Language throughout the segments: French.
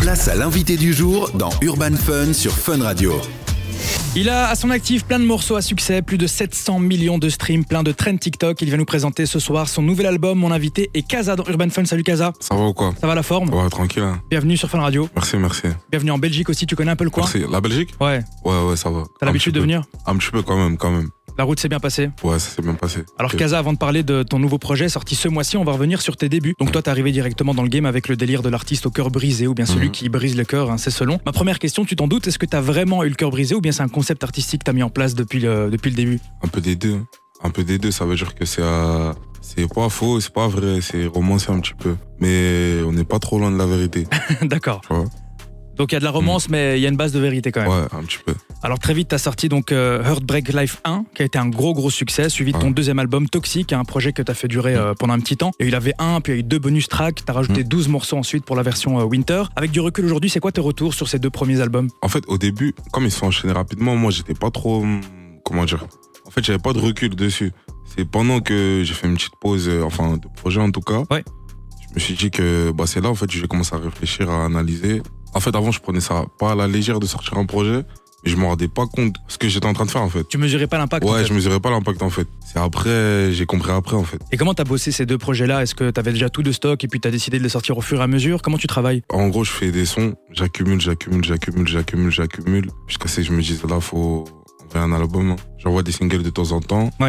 Place à l'invité du jour dans Urban Fun sur Fun Radio. Il a à son actif plein de morceaux à succès, plus de 700 millions de streams, plein de trends TikTok. Il va nous présenter ce soir son nouvel album. Mon invité est Kaza dans Urban Fun. Salut Kaza, Ça va ou quoi ça va la forme Ouais, tranquille. hein. Bienvenue sur Fun Radio. Merci, merci. Bienvenue en Belgique aussi, tu connais un peu le coin Merci. La Belgique Ouais, Ouais, ouais, ça va. t'as Un l'habitude de petit peu. venir Un petit peu quand même, quand même. La route s'est bien passée. Ouais, ça s'est bien passé. Alors Ok. Kaza, avant de parler de ton nouveau projet sorti ce mois-ci, on va revenir sur tes débuts. Donc toi, t'es arrivé directement dans le game avec le délire de l'artiste au cœur brisé ou bien celui Mhm. qui brise le cœur, hein, c'est selon. Ma première question, tu t'en doutes, est-ce que t'as vraiment eu le cœur brisé ou bien c'est un concept artistique que t'as mis en place depuis le, depuis le début Un peu des deux. Un peu des deux, ça veut dire que c'est euh, c'est pas faux, c'est pas vrai, c'est romancé un petit peu. Mais on n'est pas trop loin de la vérité. D'accord. Ouais. Mm. Donc il y a de la romance, mais il y a une base de vérité quand même. Ouais, un petit peu. Alors très vite, t'as sorti donc euh, Heartbreak Life 1, qui a été un gros gros succès, suivi de ton Ouais. Mm. deuxième album Toxic, un projet que t'as fait durer euh, pendant un petit temps. Et il avait un, puis il y a eu deux bonus tracks, t'as rajouté 12 morceaux ensuite pour la version euh, Winter. Avec du recul aujourd'hui, c'est quoi tes retours sur ces deux premiers albums En fait, au début, comme ils se sont enchaînés rapidement, moi, j'étais pas trop. hum, Comment dire En fait, j'avais pas de recul dessus. C'est pendant que j'ai fait une petite pause, euh, enfin, de projet en tout cas. Ouais. Je me suis dit que bah, c'est là, en fait, que j'ai commencé à réfléchir, à analyser. En fait, avant, je prenais ça pas à la légère de sortir un projet, mais je me rendais pas compte de ce que j'étais en train de faire, en fait. Tu mesurais pas l'impact en Ouais, Ah, fait. je mesurais pas l'impact, en fait. C'est après, j'ai compris après, en fait. Et comment t'as bossé ces deux projets-là Est-ce que t'avais déjà tout de stock et puis t'as décidé de les sortir au fur et à mesure Comment tu travailles En gros, je fais des sons, j'accumule, j'accumule, j'accumule, j'accumule, j'accumule, jusqu'à ce que je me dise, là, faut envoyer un album. hein. J'envoie des singles de temps en temps. On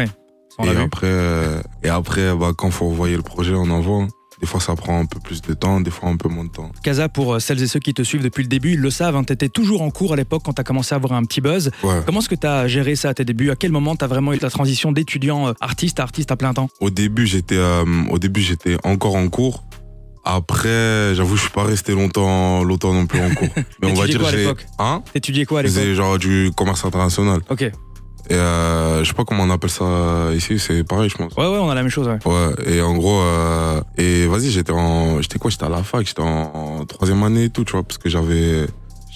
et, l'a vu. après, euh, et après, bah, quand faut envoyer le projet, on envoie. Des fois, ça prend un peu plus de temps, des fois un peu moins de temps. Kaza, pour euh, celles et ceux qui te suivent depuis le début, ils le savent, hein, t'étais toujours en cours à l'époque quand t'as commencé à avoir un petit buzz. Ouais. Comment est-ce que t'as géré ça à tes débuts À quel moment t'as vraiment eu ta transition d'étudiant euh, artiste à artiste à plein temps Au début, j'étais, euh, au début, j'étais encore en cours. Après, j'avoue, je suis pas resté longtemps, longtemps non plus en cours. Mais on va T'étudiais dire, quoi à j'ai, l'époque hein, T'étudiais quoi à l'époque c'est genre du commerce international. Ok. Ouais, Et euh, je sais pas comment on appelle ça ici, c'est pareil, je pense. ouais, on a la même chose, ouais. Ouais, et en gros, euh, et vas-y, j'étais en, j'étais quoi, j'étais à la fac, j'étais en, en troisième année et tout, tu vois, parce que j'avais,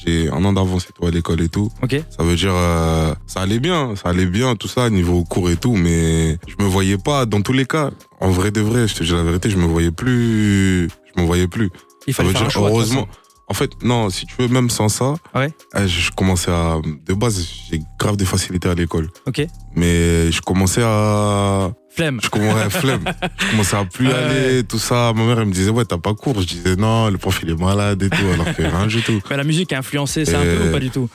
j'ai un an d'avance et tout à l'école et tout. Ok. Ça veut dire, euh, ça allait bien, ça allait bien, tout ça, niveau cours et tout, mais je me voyais pas, dans tous les cas, en vrai de vrai, je te dis la vérité, je me voyais plus, je me voyais plus. Il Ça fallait veut faire dire, un choix. de toute heureusement, en fait, non, si tu veux, même sans ça, Ouais. euh, je je commençais à, de base, j'ai grave des facilités à l'école. Ok. Mais je commençais à, façon. Flemme. je commençais à flemme. Je commençais à plus Ouais. aller, tout ça. Ma mère, elle me disait, ouais, t'as pas cours. Je disais, non, le prof, il est malade et tout, alors que rien du tout. Mais la musique a influencé ça un Euh, peu ou pas du tout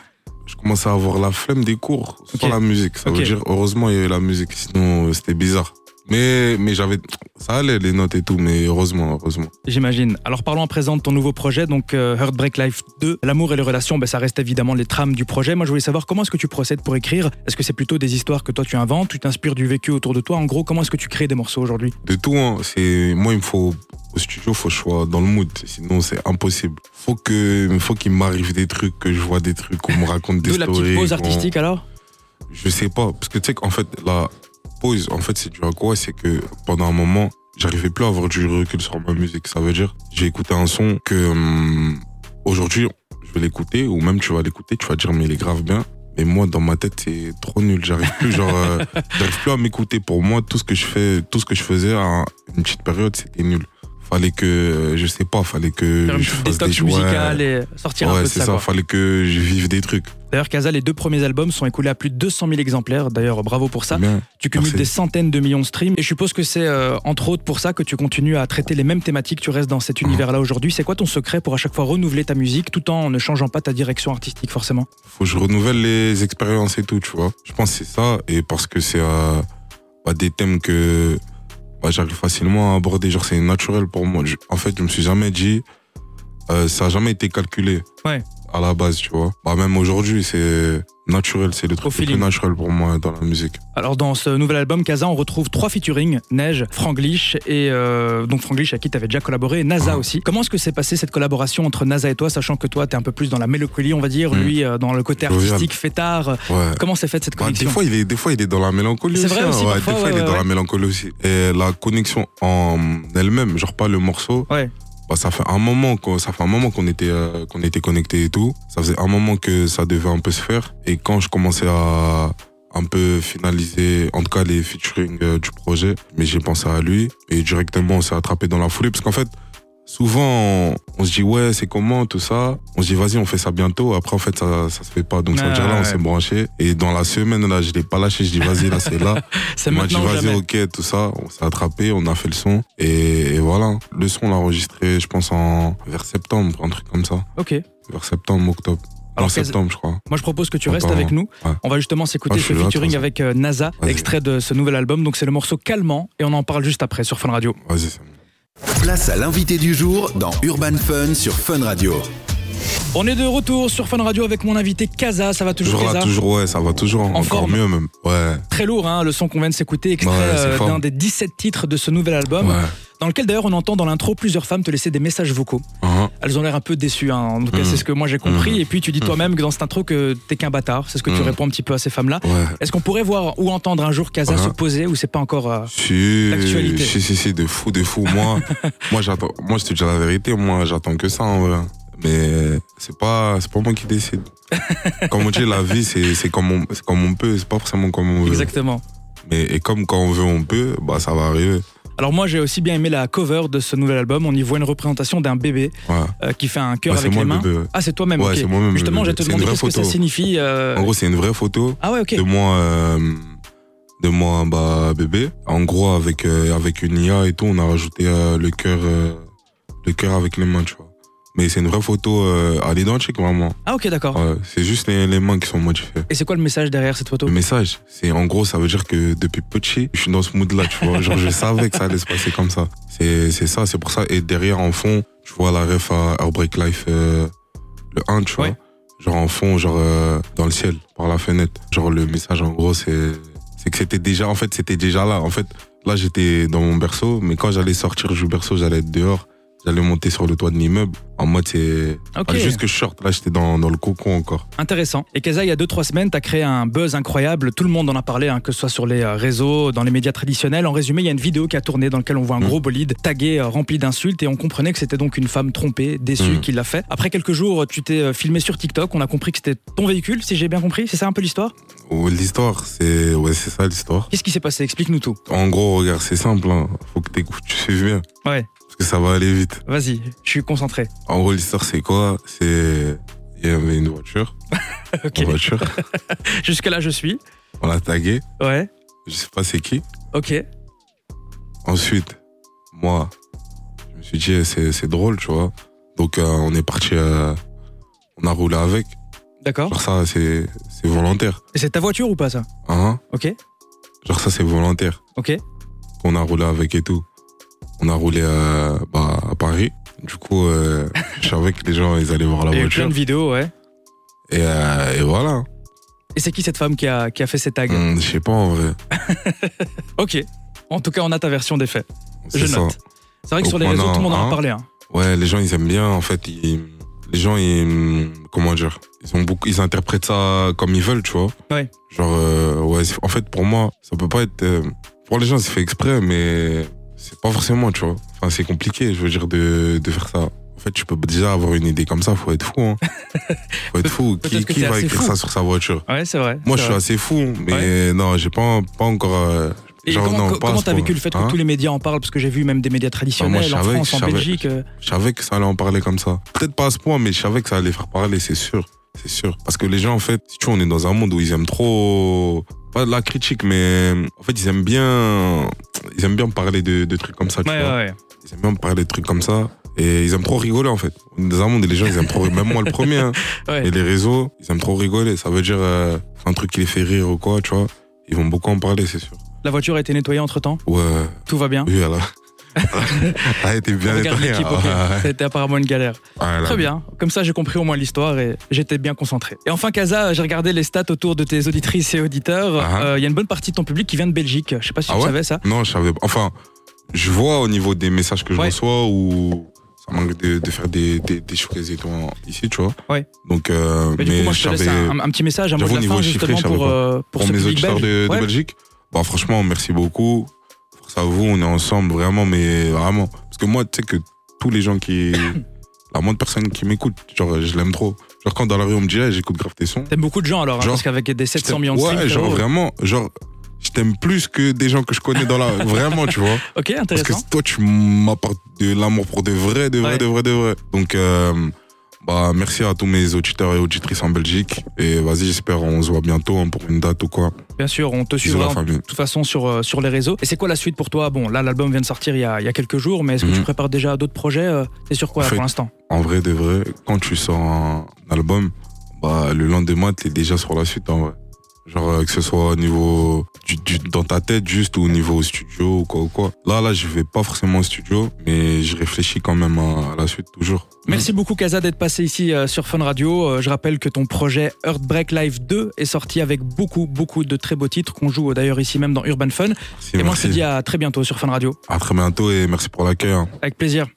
Je commençais à avoir la flemme des cours, sans Ok. la musique. Ça Ok. veut dire, heureusement, il y avait la musique, sinon, euh, c'était bizarre. Mais, mais j'avais, ça allait, les notes et tout, mais heureusement, heureusement. J'imagine. Alors parlons à présent de ton nouveau projet, donc euh, Heartbreak Life 2. L'amour et les relations, ben, ça reste évidemment les trames du projet. Moi je voulais savoir comment est-ce que tu procèdes pour écrire Est-ce que c'est plutôt des histoires que toi tu inventes Tu t'inspires du vécu autour de toi En gros, comment est-ce que tu crées des morceaux aujourd'hui De tout, hein, c'est, moi, il me faut, au studio, faut que je sois dans le mood, sinon, c'est impossible. Faut que, faut qu'il m'arrive des trucs, que je vois des trucs, qu'on me raconte des D'où la stories. petite pause qu'on- artistique alors Je sais pas, parce que tu sais qu'en fait, la pause, en fait, c'est dû à quoi C'est que pendant un moment, j'arrivais plus à avoir du recul sur ma musique. Ça veut dire, j'ai écouté un son que hum, aujourd'hui, je vais l'écouter, ou même tu vas l'écouter, tu vas dire, mais il est grave bien. Mais moi, dans ma tête, c'est trop nul. J'arrive plus, genre, euh, j'arrive plus à m'écouter. Pour moi, tout ce que je fais, tout ce que je faisais à une petite période, c'était nul. Fallait que, euh, je sais pas, fallait que Faire une euh, je petite fasse des détox choses. musicale et sortir un peu Ouais, de c'est ça. ça. quoi. Fallait que je vive des trucs. D'ailleurs, Casa, les deux premiers albums sont écoulés à plus de 200 000 exemplaires. D'ailleurs, bravo pour ça. Bien. Tu cumules Merci. des centaines de millions de streams. Et je suppose que c'est euh, entre autres pour ça que tu continues à traiter les mêmes thématiques. Tu restes dans cet univers-là aujourd'hui. C'est quoi ton secret pour à chaque fois renouveler ta musique tout en ne changeant pas ta direction artistique forcément faut que je renouvelle les expériences et tout, tu vois. Je pense que c'est ça, et parce que c'est euh, bah, des thèmes que bah, j'arrive facilement à aborder, genre c'est naturel pour moi. Je- en fait, je me suis jamais dit, euh, ça a jamais été calculé Ouais. à la base, tu vois. Bah, même aujourd'hui, c'est naturel, c'est le Au truc le plus feeling. naturel pour moi dans la musique. Alors, dans ce nouvel album, Casa, on retrouve trois featuring Neige, Franglish et euh, donc Franglish à qui tu avais déjà collaboré, et NASA Mhm. aussi. Comment est-ce que s'est passée cette collaboration entre NASA et toi, sachant que toi, tu es un peu plus dans la mélancolie, on va dire, Mhm. lui, euh, dans le côté Jovial. artistique, fêtard. Ouais. Comment s'est faite cette Bah, connexion des fois, il est, des fois, il est dans la mélancolie C'est aussi. vrai hein, aussi, ouais, parfois, des fois, ouais, il est ouais, dans ouais. la mélancolie aussi. Et la connexion en elle-même, genre pas le morceau. Ouais. Bah, ça fait un moment qu'on, ça fait un moment qu'on était, euh, qu'on était connectés et tout. Ça faisait un moment que ça devait un peu se faire. Et quand je commençais à un peu finaliser, en tout cas les featuring euh, du projet, mais j'ai pensé à lui et directement on s'est attrapé dans la foulée parce qu'en fait. souvent, on, on se dit, ouais, c'est comment, tout ça. On se dit, vas-y, on fait ça bientôt. Après, en fait, ça, ça se fait pas. Donc, ça veut Ah, dire, là, on ouais. s'est branché. Et dans la semaine, là, je l'ai pas lâché. Je dis, vas-y, là, c'est là. C'est On m'a dit, maintenant ou vas-y, jamais. ok, tout ça. On s'est attrapé, on a fait le son. Et, et voilà. Le son, on l'a enregistré, je pense, en, vers septembre, un truc comme ça. Ok. Vers septembre, octobre. Alors, en quasi- septembre, je crois. Moi, je propose que tu Ah, restes pardon. avec nous. Ouais. On va justement Ah, s'écouter je ce suis là, featuring tranquille. avec euh, NASA, Vas-y. extrait de ce nouvel album. Donc, c'est le morceau Calmant et on en parle juste après sur Fun Radio. Vas-y, c'est bon. Place à l'invité du jour dans Urban Fun sur Fun Radio. On est de retour sur Fun Radio avec mon invité Kaza. Ça va toujours, Toujours là, Kaza toujours, ouais, ça va toujours. encore forme. mieux, même. Ouais. Très lourd, hein, le son qu'on vient de s'écouter, extrait Ouais, c'est euh, fort. d'un des 17 titres de ce nouvel album, Ouais. dans lequel d'ailleurs on entend dans l'intro plusieurs femmes te laisser des messages vocaux. Hein. Elles ont l'air un peu déçues, hein. en tout cas Mhm. c'est ce que moi j'ai compris. Mhm. Et puis tu dis toi-même que dans cette intro que t'es qu'un bâtard, c'est ce que tu Mhm. réponds un petit peu à ces femmes-là. Ouais. Est-ce qu'on pourrait voir ou entendre un jour Kaza Ouais. se poser ou c'est pas encore. euh, Si, L'actualité. si, si, si, de fou, de fou. Moi, moi, j'attends, moi, je te dis la vérité, moi, j'attends que ça, en vrai. Mais c'est pas, c'est pas moi qui décide. comme on dit, la vie, c'est, c'est comme on, c'est comme on peut, c'est pas forcément comme on veut. Exactement. Mais, et comme quand on veut, on peut, bah, ça va arriver. Alors moi j'ai aussi bien aimé la cover de ce nouvel album. On y voit une représentation d'un bébé Ouais. euh, qui fait un cœur Bah, c'est avec moi les mains. le bébé. ouais. Ah c'est toi-même. Ouais, ok. c'est moi-même, le Justement je vais te bébé. C'est une demander qu'est-ce vraie que ça photo. signifie. euh, En gros, c'est une vraie photo Ah ouais ok. de moi, euh, de moi, bah, bébé. En gros, avec, euh, avec une IA et tout, on a rajouté euh, le cœur, euh, le cœur avec les mains, tu vois. Mais c'est une vraie photo euh, à l'identique, vraiment. Ah ok d'accord. Ouais, c'est juste les, les mains qui sont modifiées. Et c'est quoi le message derrière cette photo Le message, c'est en gros, ça veut dire que depuis petit, je suis dans ce mood-là, tu vois. Genre, je savais que ça allait se passer comme ça. C'est c'est ça, c'est pour ça. Et derrière, en fond, tu vois la ref à Outbreak Life, euh, le 1, tu vois. Ouais. Genre, en fond, genre, euh, dans le ciel, par la fenêtre. Genre, le message, en gros, c'est c'est que c'était déjà, en fait, c'était déjà là. En fait, là, j'étais dans mon berceau, mais quand j'allais sortir du berceau, j'allais être dehors. J'allais monter sur le toit de l'immeuble. En mode, c'est. Ok. Fallait Ah, Juste que je sorte. Là, j'étais dans, dans le cocon encore. Intéressant. Et Kaza, il y a 2-3 semaines, tu as créé un buzz incroyable. Tout le monde en a parlé, hein, que ce soit sur les euh, réseaux, dans les médias traditionnels. En résumé, il y a une vidéo qui a tourné dans laquelle on voit un Mm. gros bolide tagué, euh, rempli d'insultes. Et on comprenait que c'était donc une femme trompée, déçue, Mm. qui l'a fait. Après quelques jours, tu t'es euh, filmé sur TikTok. On a compris que c'était ton véhicule, si j'ai bien compris. C'est ça un peu l'histoire Ouais, L'histoire, c'est ouais, c'est ça l'histoire. Qu'est-ce qui s'est passé Explique-nous tout. En gros, regarde, c'est simple. hein. Faut que t'écoutes, tu suives bien. Ouais. Parce que ça va aller vite. Vas-y, je suis concentré. En gros, l'histoire, c'est quoi C'est il y avait une voiture. Ok. Une voiture. Jusque-là, je suis. On l'a taguée. Ouais. Je sais pas c'est qui. Ok. Ensuite, moi, je me suis dit eh, c'est c'est drôle, tu vois. Donc euh, on est parti. euh, on a roulé avec. D'accord. Genre ça, c'est c'est volontaire. Et c'est ta voiture ou pas ça Hein Ok. Genre ça, c'est volontaire. Ok. qu'on a roulé avec et tout. On a roulé à, bah, à Paris. Du coup, euh, je savais que les gens, ils allaient voir la Il y a eu plein voiture. de vidéos, ouais. Et, euh, et voilà. Et c'est qui cette femme qui a, qui a fait ces tags Hum, je sais pas en vrai. Ok. En tout cas, on a ta version des faits. C'est Je ça. note. C'est vrai que Donc, sur les on réseaux, a tout le monde en a un. parlé. hein. Ouais, les gens, ils aiment bien. En fait, ils- les gens, ils, comment dire, ils, ont beaucoup, ils interprètent ça comme ils veulent, tu vois. Ouais. Genre, euh, ouais, c'est- en fait, pour moi, ça peut pas être. euh, pour les gens, c'est fait exprès, mais c'est pas forcément, tu vois. Enfin, c'est compliqué, je veux dire, de, de faire ça. En fait, tu peux déjà avoir une idée comme ça, faut être fou, hein. faut être fou. Peut-être Qui, que qui t'es va assez écrire fou. ça sur sa voiture Ouais, c'est vrai. Moi, je c'est suis vrai. assez fou, mais non, j'ai pas, pas encore. euh, Et genre, comment non, co- pas à comment ce t'as point. vécu le fait que Hein Bah, tous les médias en parlent Parce que j'ai vu même des médias traditionnels je en savais, France, je en savais. Belgique. euh. Je savais que ça allait en parler comme ça. Peut-être pas à ce point, mais je savais que ça allait faire parler, c'est sûr. C'est sûr. Parce que les gens, en fait, si tu vois, on est dans un monde où ils aiment trop. Pas de la critique, mais en fait, ils aiment bien. Ils aiment bien parler de, de trucs comme ça, tu Ouais, vois. ouais, ouais. Ils aiment bien parler de trucs comme ça. Et ils aiment trop rigoler, en fait. On est dans un monde où les gens, ils aiment trop. Même moi, le premier. hein. Ouais. Et les réseaux, ils aiment trop rigoler. Ça veut dire euh, un truc qui les fait rire ou quoi, tu vois. Ils vont beaucoup en parler, c'est sûr. La voiture a été nettoyée entre temps Ouais. Tout va bien Oui, elle a. elle a été bien Regarde étonnée, l'équipe, hein. ok. Ouais. C'était apparemment une galère. Ouais, elle a- Très bien. Comme ça, j'ai compris au moins l'histoire et j'étais bien concentré. Et enfin, Kaza, j'ai regardé les stats autour de tes auditrices et auditeurs. Euh, Il Ah, ah. y a une bonne partie de ton public qui vient de Belgique. Je sais pas si Ah tu ouais savais ça. Non, je savais pas. Enfin, je vois au niveau des messages que je Ouais. reçois ou ça manque de, de faire des, des, des showcases et tout en- ici, tu vois. Ouais. Donc, euh, Mais mais, du coup, moi, je te je laisse savais. un, un- un petit message, un mot de j'avoue, la niveau fin, chiffré, justement, je savais pour, pas. euh, pour, Pour, ce mes public auditeurs belge. de, de Ouais. Belgique, bah, franchement, merci beaucoup. Force à vous, on est ensemble vraiment, mais vraiment. Parce que moi, tu sais que tous les gens qui. la moindre personne qui m'écoute, genre, je l'aime trop. Genre, quand dans la rue, on me dit, Eh, j'écoute grave tes sons. T'aimes beaucoup de gens alors, hein, Genre- parce qu'avec des 700 millions de ouais, streams, genre frérot. vraiment, genre, je je t'aime plus que des gens que je connais dans la. Vraiment, tu vois. Ok, Parce que intéressant. toi, tu m'apportes de l'amour pour de vrai, de vrai, Ouais. de vrai, de vrai. Donc, euh, bah, merci à tous mes auditeurs et auditrices en Belgique. Et vas-y, j'espère on se voit bientôt hein, pour une date ou quoi. Bien sûr, on te Bisous suivra la en- de famille. toute façon sur, euh, sur les réseaux. Et c'est quoi la suite pour toi Bon, là, l'album vient de sortir il y a, il y a quelques jours, mais est-ce que tu Mhm. prépares déjà d'autres projets euh, T'es sur quoi là, Fait- pour l'instant En vrai, de vrai, quand tu sors un album, bah, le lendemain, t'es déjà sur la suite, en vrai. Genre, euh, que ce soit au niveau du, du- dans ta tête, juste, ou au niveau studio, ou quoi, ou quoi. Là, là, je vais pas forcément au studio, mais je réfléchis quand même à, à la suite, toujours. Merci beaucoup Kaza d'être passé ici euh, sur Fun Radio. Euh, je rappelle que ton projet Heartbreak Live 2 est sorti avec beaucoup beaucoup de très beaux titres qu'on joue euh, d'ailleurs ici même dans Urban Fun. Merci, Et moi je te merci. dis à très bientôt sur Fun Radio. À très bientôt et merci pour l'accueil. hein. Avec plaisir.